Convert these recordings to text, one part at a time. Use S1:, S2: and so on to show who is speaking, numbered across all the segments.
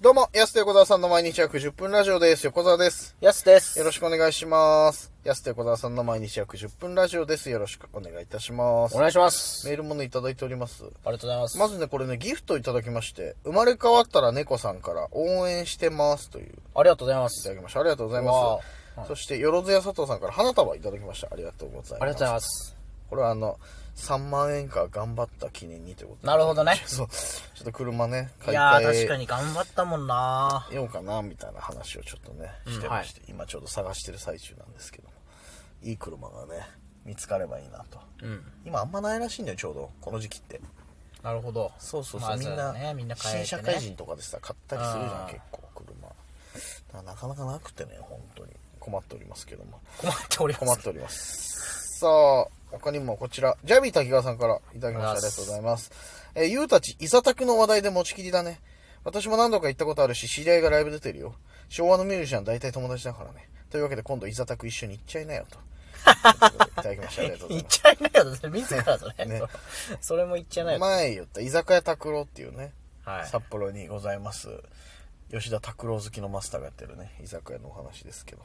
S1: どうも、安手小沢さんの毎日約10分ラジオです。横澤です。
S2: やすです。
S1: よろ
S2: し
S1: しくお願いします。安手小沢さんの毎日約10分ラジオです。よろしくお願いいたします。
S2: お願いします。あ
S1: メールもね、いただいております。
S2: りがとうございます。
S1: まずね、これね、ギフトいただきまして、生まれ変わったら猫さんから応援してますという、い
S2: ありがとうございま
S1: た
S2: す。
S1: だきました。ありがとうございます。そして、よろずや佐藤さんから花束いただきました。ありがとうございます。
S2: ありがとうございます。
S1: これはあの、3万円か頑張った記念にってことで
S2: なるほどね。
S1: そう。ちょっと車ね、
S2: い
S1: 買い
S2: や
S1: 替
S2: ー、
S1: え
S2: 確かに頑張ったもんな
S1: ようかなみたいな話をちょっとねしてまして、今ちょうど探してる最中なんですけどもいい車がね見つかればいいなと
S2: うん。
S1: 今あんまないらしいんだよちょうどこの時期って
S2: なるほど。
S1: そうそうそう、
S2: まあ
S1: みんな,、
S2: だねみんな変えて
S1: 新
S2: ね
S1: 社会人とかでさ買ったりするじゃん
S2: あー
S1: 結構車だからなかなかなくてね本当に困っておりますけども
S2: 困っております。
S1: 困っております。さあ、他にもこちら、ジャビー滝川さんからいただきました。あ
S2: あ
S1: りが
S2: りが
S1: と
S2: と
S1: う
S2: う
S1: ご
S2: ご
S1: ざいます。えーゆうたち、いざたくの話題で持ちきりだね。私も何度か行ったことあるし、知り合いがライブ出てるよ。昭和のミュージシャン大体友達だからね。というわけで今度いざたく一緒に行っちゃいなよ と。いただきました。ありがとうござ
S2: 言
S1: い
S2: っ
S1: ます。
S2: ちゃいなよ、それ自らそれ。
S1: ね
S2: それも言っちゃいなよ。
S1: 前言った居酒屋拓郎っていうね、
S2: はい
S1: 札幌にございます。吉田拓郎好きのマスターがやってるね、居酒屋のお話ですけど。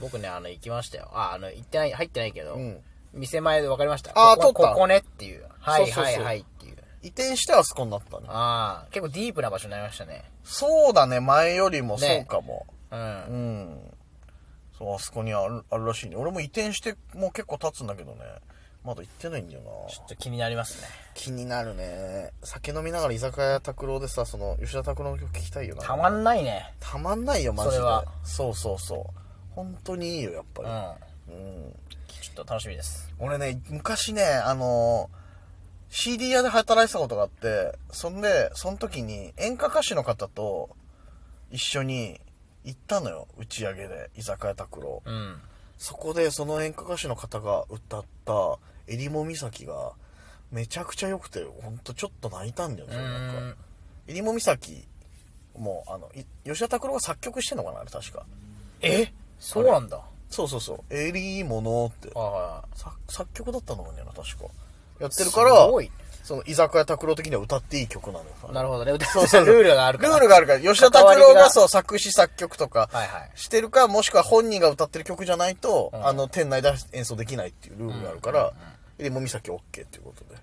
S2: 僕ね、あの、行きましたよ。あ、あの、行ってない、入ってないけど
S1: ん、
S2: 店前で分かりました。
S1: あー
S2: こ
S1: 通
S2: こ
S1: った
S2: ここねっていう。は
S1: そう
S2: い
S1: そう
S2: は
S1: そう
S2: いはいっていう。
S1: 移転してあそこになったね。
S2: ああ、結構ディープな場所になりましたね。
S1: そうだね、前よりもそうかも。
S2: う。
S1: うんん。そう、あそこにあるあるらしいね。俺も移転してもう結構経つんだけどね。まだ行ってないんだよな。
S2: ちょっと気になりますね。
S1: 気になるね。酒飲みながら居酒屋拓郎でさ、その、吉田拓郎の曲聴きたいよな。
S2: たまんないね。
S1: たまんないよ、マジで。
S2: それは
S1: そうそうそう。本当にいいよ、やっぱ
S2: う
S1: り。
S2: ん。
S1: うん
S2: ちょっと楽しみです。
S1: 俺ね、昔ね、あの CD 屋で働いてたことがあって、そんで、その時に演歌歌手の方と一緒に行ったのよ、打ち上げで、居酒屋拓郎。
S2: うん。
S1: そこでその演歌歌手の方が歌った「えりも岬」がめちゃくちゃ良くてほんとちょっと泣いたんだよね
S2: う
S1: なん
S2: ん
S1: か。えりも岬もあのい吉田拓郎が作曲してんのかなあれ確か
S2: えそうなんだ。
S1: そうそうそう「えりもの」って
S2: はいはい。
S1: 作作曲だったのかね確かやってるから
S2: すごい
S1: その居酒屋拓郎的には歌っていい曲なのよ
S2: なるほどね。
S1: そうそうそう
S2: ルールがあるから。
S1: ルールがあるから吉田
S2: 関わ
S1: 拓
S2: り
S1: 郎が
S2: が
S1: そう作詞作曲とか
S2: はいはい
S1: してるか、もしくは本人が歌ってる曲じゃないと、
S2: ん
S1: あの店内で演奏できないっていうルールがあるから、でもみさき OK っていうことで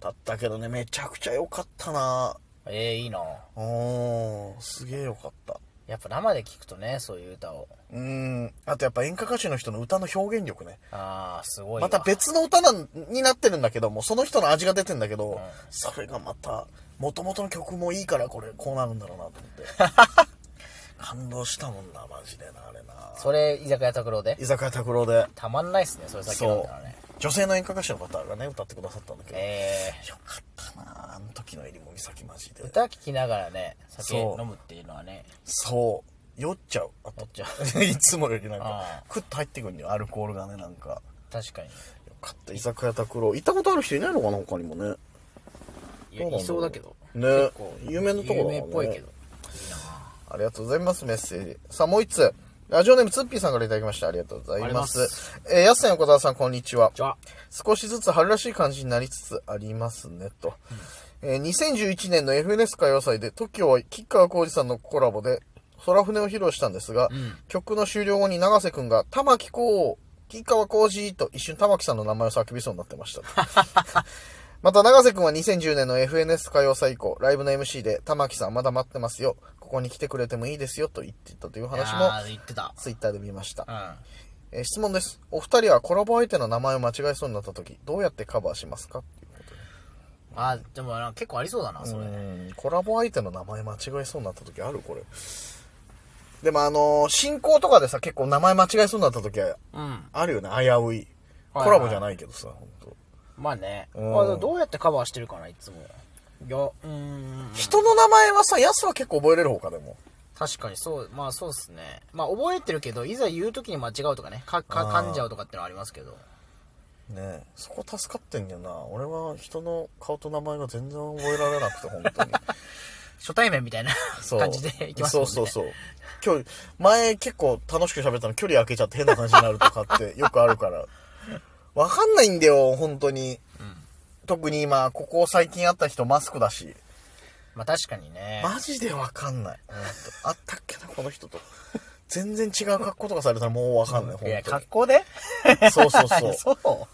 S1: だったけどねめちゃくちゃ良かったな
S2: ええいいな
S1: おーすげえ良かった
S2: やっぱ生で聞くとね、そういう歌を。
S1: うーんあとやっぱ演歌歌手の人の歌の表現力ね
S2: ああ、すごいわ。
S1: また別の歌なんになってるんだけどもその人の味が出てんだけど、それがまた元々の曲もいいからこれこうなるんだろうなと思って 感動したもんなマジでなあれな
S2: それ、居酒屋拓郎で
S1: 居。酒屋拓郎で
S2: たまんないっすね、それさっき飲んだらね。
S1: 女性の演歌歌手の方がね歌ってくださったんだけど、
S2: ええ
S1: よかったなあの時の襟裳岬マジで
S2: 歌聞きながらね、酒
S1: そう
S2: 飲むっていうのはね、
S1: そう酔っちゃうあと
S2: 酔っちゃ
S1: いつもよりなん
S2: あ
S1: かクッと入ってくるんだよアルコールがねなんか
S2: 確かに。
S1: よかった居酒屋拓郎行ったことある人いないのかな他にもね
S2: い
S1: どうなんだろう
S2: やいそうだけど。
S1: ね
S2: こう
S1: 有名なところだもんね
S2: 有名っぽいけど。
S1: ありがとうございます、メッセージ。さあ、もう一つ。ラジオネームツッピーさんからいただきました。ありがとうございます。
S2: ありがとうございま
S1: えー、やすさん、横澤さん、こんにちは。
S2: じゃあ、
S1: 少しずつ春らしい感じになりつつありますね、と。えー2011年の FNS 歌謡祭で、TOKIO は吉川浩司さんのコラボで、空船を披露したんですが、曲の終了後に永瀬くんが、玉木こう、吉川浩司と一瞬玉木さんの名前を叫びそうになってま したと。また永瀬くんは2010年の FNS 歌謡祭以降、ライブの MC で、玉木さんまだ待ってますよ。ここに来てくれてもいいですよと言っていたという話も、
S2: あー言ってた。
S1: ツイッターで見ました
S2: う。ん。
S1: えー質問です。お二人はコラボ相手の名前を間違えそうになった時、どうやってカバーしますかっていうこと
S2: あーでもなんか結構ありそうだな、それ。
S1: うんコラボ相手の名前間違えそうになった時あるこれ。でもあのー進行とかでさ、結構名前間違えそうになった時は
S2: うん。
S1: あるよね、危うい。
S2: はい
S1: コラボじゃないけどさ、本当。
S2: まあね。あ
S1: うん
S2: でもどうやってカバーしてるかな、いつも。いや、うーん。
S1: 人の名前はさ、やすは結構覚えれる方かでも。
S2: 確かにそう、まあそうですね。まあ覚えてるけど、いざ言うときに間違うとかね、か、か、
S1: あー
S2: 噛んじゃうとかってのはありますけど。
S1: ねえそこ助かってんだよな。俺は人の顔と名前が全然覚えられなくて、本当に。
S2: 初対面みたいな感じでいきますもんね。
S1: そうそうそう今日前結構楽しく喋ったの距離開けちゃって変な感じになるとかってよくあるから わかんないんだよ本当に、特に今ここ最近会った人マスクだし
S2: まあ確かにね。
S1: マジでわかんない。ほんとあったっけな、この人と。全然違う格好とかされたらもうわかんない、ほ
S2: いや、
S1: んとに
S2: 格。好で
S1: そうそうそう。
S2: そ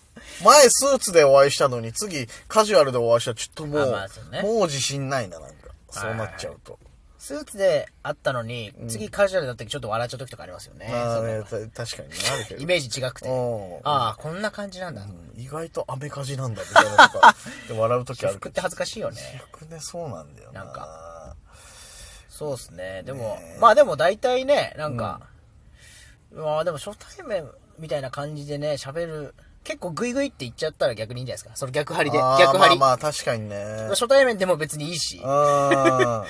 S1: 前スーツでお会いしたのに、次カジュアルでお会いしたらちょっとも
S2: あ
S1: う、
S2: まあそうね
S1: もう自信ないな、なんか。そうなっちゃうと。
S2: スーツで会ったのに、次カジュアルだった時ちょっと笑っちゃう時とかありますよね。
S1: まあ
S2: その
S1: ね、た確かにねあるけど。
S2: イメージ違くて。
S1: うん
S2: ああ、こんな感じなんだ。
S1: うん意外とアメカジなんだ、みたいなとか。で笑うとき
S2: 私
S1: ある
S2: 服
S1: け
S2: っ
S1: ど。
S2: て恥ずかしいよね。
S1: 逆ね、そうなんだよな。
S2: なん
S1: か。
S2: そうですね。でも、まあでも大体ね、なんか、まあでも初対面みたいな感じでね、喋る、結構グイグイって言っちゃったら逆にいいんじゃないですか。その逆張りで、逆張り。
S1: まあまあ、確かにね。
S2: 初対面でも別にいいし。
S1: うん。な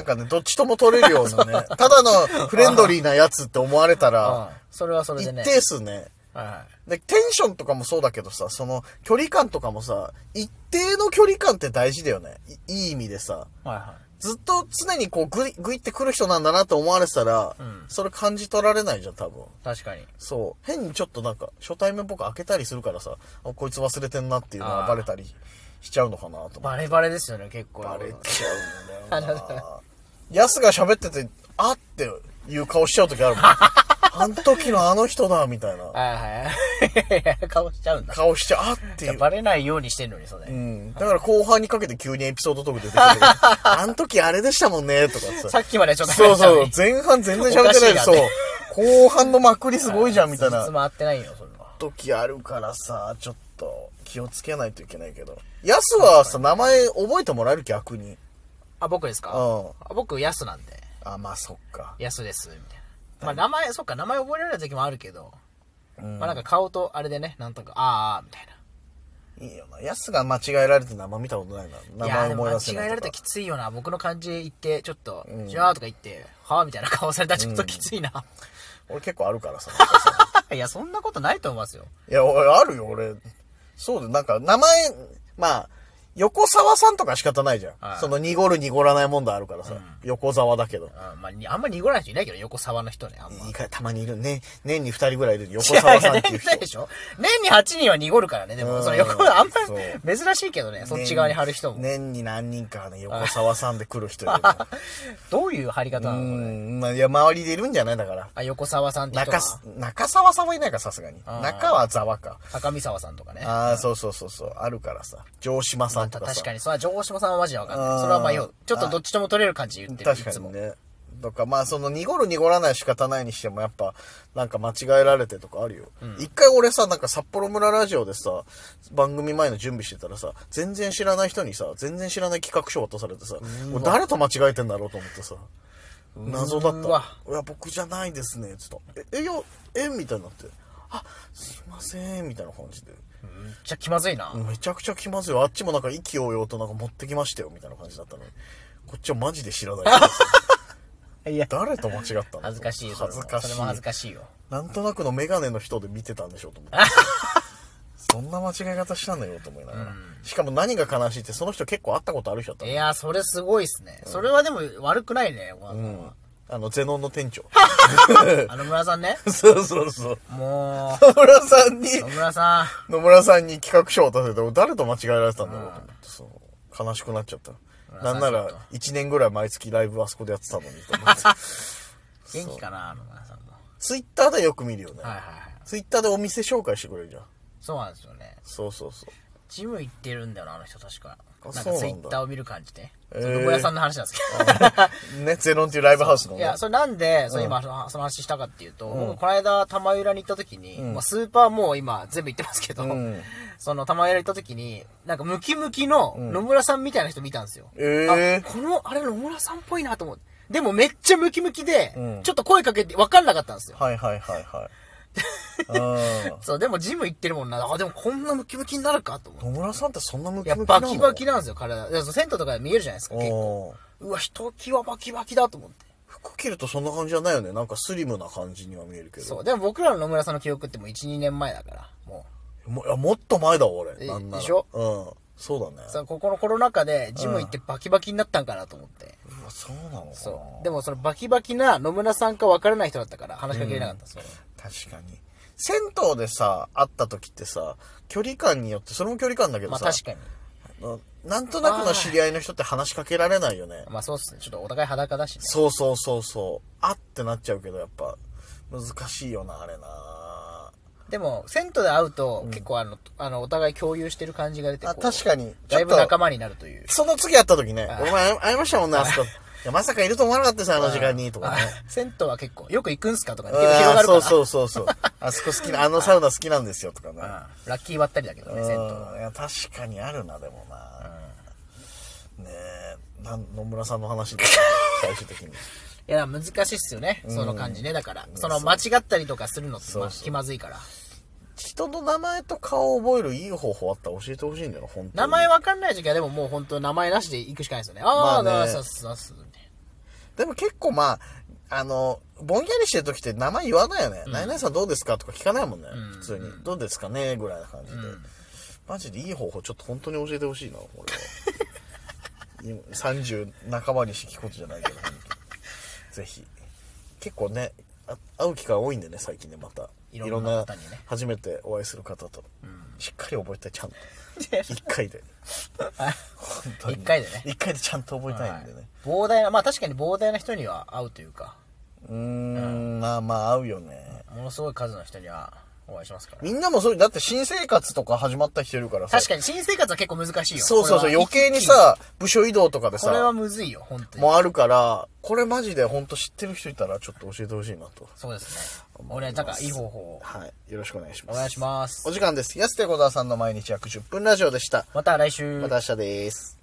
S1: んかね、どっちとも取れるようなね。ただのフレンドリーなやつって思われた
S2: うん
S1: ら、。
S2: それはそれ
S1: 一
S2: でね。
S1: 定数ね。
S2: は
S1: で、テンションとかもそうだけどさ、その距離感とかもさ、一定の距離感って大事だよね。いいい意味でさ。
S2: い。はいは
S1: ずっと常にこうグイ、グイってくる人なんだなと思われてたら、
S2: うん
S1: それ感じ取られないじゃん、多分。
S2: い。確かに。
S1: そう。変にちょっとなんか、初対面僕開けたりするからさ、あこいつ忘れてんなっていうの
S2: あ
S1: が
S2: ー
S1: バレたりしちゃうのかなと思って。
S2: バレバレですよね、結構。
S1: バレちゃうんだよな。ヤスが喋ってて、あっていう顔しちゃう時あ るもん。あの時のあの人だ、みたいな。
S2: はいはい。顔しちゃうんだ。
S1: 顔しちゃう、あって
S2: いや
S1: いう。
S2: バレないようにしてんのに、それ。
S1: うん。だから後半にかけて急にエピソードトーク出 てくるけど。あの時あれでしたもんね、とかさ。
S2: さっきまでちょっと
S1: そう
S2: たの
S1: そう
S2: に。、
S1: 前半全然喋ってないで、
S2: おかしい
S1: そう
S2: なね。
S1: 後半のまくりすごいじゃん、みたい
S2: つ
S1: な
S2: つ。ま合ってないよ、それは。
S1: 時あるからさ、ちょっと気をつけないといけないけど。ヤスはさ、名前覚えてもらえる逆に。
S2: あ、僕ですか
S1: うん
S2: あ僕、ヤスなんで。
S1: あ、まあそっか。
S2: ヤスです、みたいな。まあ、名前、そっか、名前覚えられない時もあるけど、まあなんか顔とあれでね、なんとか、あーあー、みたいな。
S1: いいよな。ヤスが間違えられて名前見たことないな。
S2: い
S1: 名
S2: やー
S1: 前
S2: でも
S1: 思い
S2: 間
S1: 出せない
S2: 違えられたらきついよな。僕の感じ言って、ちょっと、じゃあとか言って、はあみたいな 顔されたらちょっときついな。
S1: 俺結構あるからさ。
S2: いや、そんなことないと思いますよ。
S1: いや、俺、あるよ、俺。そうだよ、なんか、名前、まあ、横沢さんとか仕方ないじゃん。
S2: はい
S1: その濁る濁らない問題あるからさ。横沢だけど。
S2: あまあ、にあんまり濁らない人いないけど、横沢の人ね、あんま。
S1: いいかたまにいるね。年に二人ぐらいい る横沢さんっていう人
S2: いやいやいない。でしょ年に8人は濁るからね、で
S1: う
S2: も、
S1: ん
S2: その横、あんま
S1: そ
S2: り珍しいけどね、そっち側に貼る人も。
S1: 年に何人かね、横沢さんで来る人いるね。
S2: どういう貼り方
S1: う
S2: なの
S1: ん、まあ、いや、周りでいるんじゃないだから。
S2: あ、横沢さんって人
S1: 中
S2: か、
S1: す、中沢さんはいないから、さすがに。
S2: あー
S1: 中は沢か。
S2: 高見沢さんとかね。
S1: ああ、そうそうそうそう、あるからさ。城島さんと
S2: た
S1: かさ。
S2: 確かに、それは城島さんはマジでわかん
S1: う
S2: なんい。それは迷う。ちょっとどっちとも取れる感じで言ってる、い
S1: 確か
S2: つ
S1: に
S2: も。
S1: ね。とか、まあ、その、濁る濁らない仕方ないにしても、やっぱ、なんか間違えられてとかあるよ。一回俺さ、なんか札幌村ラジオでさ、番組前の準備してたらさ、全然知らない人にさ、全然知らない企画書渡されてさ、もう誰と間違えてんだろうと思ってさ、謎だっ
S2: うわ
S1: た。いや、僕じゃないですね、つった。え、え、いや、え、みたいになって。あ、すいません、みたいな感じで。
S2: めっちゃ気まずいな。
S1: めちゃくちゃ来ますよ。あっちもなんか意気揚々となんか持ってきましたよ、みたいな感じだったのに。こっちはマジで知らない。
S2: いや。
S1: 誰と間違ったの
S2: 恥ずかしいよ、それ
S1: 恥
S2: も
S1: ずかしい
S2: それも恥ずかしいよ。
S1: なんとなくのメガネの人で見てたんでしょうと思 って。そんな間違い方したのよと思いながら。しかも何が悲しいって、その人結構会ったことある人だった
S2: い
S1: の
S2: や、それすごいっすね。それはでも悪くない ね、横山
S1: あの、ゼノンの店長。
S2: さんあの村さんね。
S1: そうそうそう。
S2: も
S1: 野村さんに、
S2: う、野村さん。
S1: 野村さんに企画書を出せて、誰と間違えられてたんだろうと思って、そう。悲しくなっちゃった。なんなら、1年ぐらい毎月ライブあそこでやってたのにと 思って。
S2: 元気かな、あの村さんも。
S1: ツイッターでよく見るよね。
S2: はいはいはい。
S1: ツイッターでお店紹介してくれるじゃん。
S2: そうなんですよね。
S1: そうそうそう。
S2: ジム行ってるんだよな、あの人確か。
S1: あ
S2: な
S1: そ
S2: んか
S1: うなんだ
S2: ツイッターを見る感じで。
S1: えー
S2: それ横屋さんの話なんですけ
S1: ね、ゼノンっていうライブハウスの
S2: ど。い
S1: ね。
S2: や、それなんで、それ今、その話したかっていうと、僕、この間、玉浦に行った時に、まあスーパーもう今、全部行ってますけど、
S1: ん
S2: その玉浦行った時に、なんかムキムキの野村さんみたいな人見たんですよ。
S1: ええ
S2: あこの、あれ野村さんっぽいなと思って。でもめっちゃムキムキで、
S1: うん
S2: ちょっと声かけて分かんなかったんですよ。
S1: はいはいはいはい。うん
S2: そう、でもジム行ってるもんな。あ、でもこんなムキムキになるかと思って。
S1: 野村さんってそんなム
S2: い
S1: キ
S2: や、
S1: ムキな
S2: バ
S1: の
S2: キバキなんですよ、体。いやその銭湯とかで見えるじゃないですか、結構。
S1: おー
S2: うわ、ひときわバキバキだと思って。
S1: 服着るとそんな感じじゃないよね。なんかスリムな感じには見えるけど。
S2: そう、でも僕らの野村さんの記憶ってもう1、2年前だから、も
S1: もいやもっと前だわ、俺。
S2: え
S1: なんなら。
S2: でしょ
S1: うん。そうだね
S2: う。。さここのコロナ禍でジム行ってバキバキになったんかなと思って。
S1: うわ、そうなのかな
S2: そう。でもそのバキバキな野村さんか分からない人だったから話しかけれなかったんですよ。
S1: 確かに。銭湯でさ、会った時ってさ、距離感によって、それも距離感だけど
S2: まあ
S1: さ、
S2: 確かに。
S1: あのなんとなくの知り合いの人って話しかけられないよね。
S2: まあそうっすね。ちょっとお互い裸だしね。
S1: そうそうそうそう。あってなっちゃうけど、やっぱ、難しいよな、あれな。
S2: でも、銭湯で会うと、結構あの、あの、お互い共有してる感じが出て、
S1: あ、
S2: こう
S1: 確かに。
S2: だいぶ
S1: ちょっと
S2: 仲間になるという。
S1: その次会った時ね、
S2: あ
S1: お前会いましたもんね、あそこ。いや、まさかいると思わなかったですよ、あの時間に、とかね。
S2: あ銭湯は結構、よく行くんすかとかね、結構広
S1: あ
S2: が
S1: あ
S2: るから。
S1: そうそうそうそう。あそこ好きな、あのサウナ好きなんですよ、とかね
S2: うん。ラッキー割ったりだけど
S1: う
S2: ね、
S1: ん
S2: 銭湯。
S1: いや確かにあるなでもな、ねえなん野村さんの話で最終的に
S2: いや、難しいっすよね。その感じね。だから、その間違ったりとかするのって、まあ、気まずいから。
S1: 人の名前と顔を覚えるいい方法あったら教えてほしいんだよ本当に
S2: 名前わかんない時は、でももう本当名前なしで行くしかないですよね。ああ、
S1: まあ
S2: な
S1: ね
S2: さすさす。みたいな
S1: でも結構まああのぼんやりしてる時って名前言わないよね「何々さんどうですか?」とか聞かないもんね、普通に「どうですかね?」ぐらいな感じで、マジでいい方法ちょっと本当に教えてほしいな俺は 今30半ばにして聞くことじゃないけど本当にぜひ結構ねあ会う機会多いんでね最近ねまた
S2: いろんな方にね
S1: 初めてお会いする方と、しっかり覚えてちゃんと一回 で本当に
S2: 一回でね
S1: 一回でちゃんと覚えたいんでね、
S2: はい膨大な、まあ確かに膨大な人には会うというか、
S1: うーん、まあまあ合うよね。
S2: ものすごい数の人にはお会いしますから。
S1: みんなもそう、だって新生活とか始まった人いるからさ。
S2: 確かに新生活は結構難しいよ。
S1: そうそう
S2: こ
S1: そう、
S2: れは
S1: 余計に、さ、部署移動とかで
S2: これ
S1: さ
S2: は、むずいよ、本当に。
S1: もうあるから、これマジで本当知ってる人いたらちょっと教えてほしいなと。
S2: そうですね。俺、だからいい方法を
S1: はい。よろしくお願いしま
S2: お
S1: す。
S2: 願いします
S1: お。時間です。安手小沢さんの毎日約10分ラジオでした。
S2: また来週。
S1: また明日です。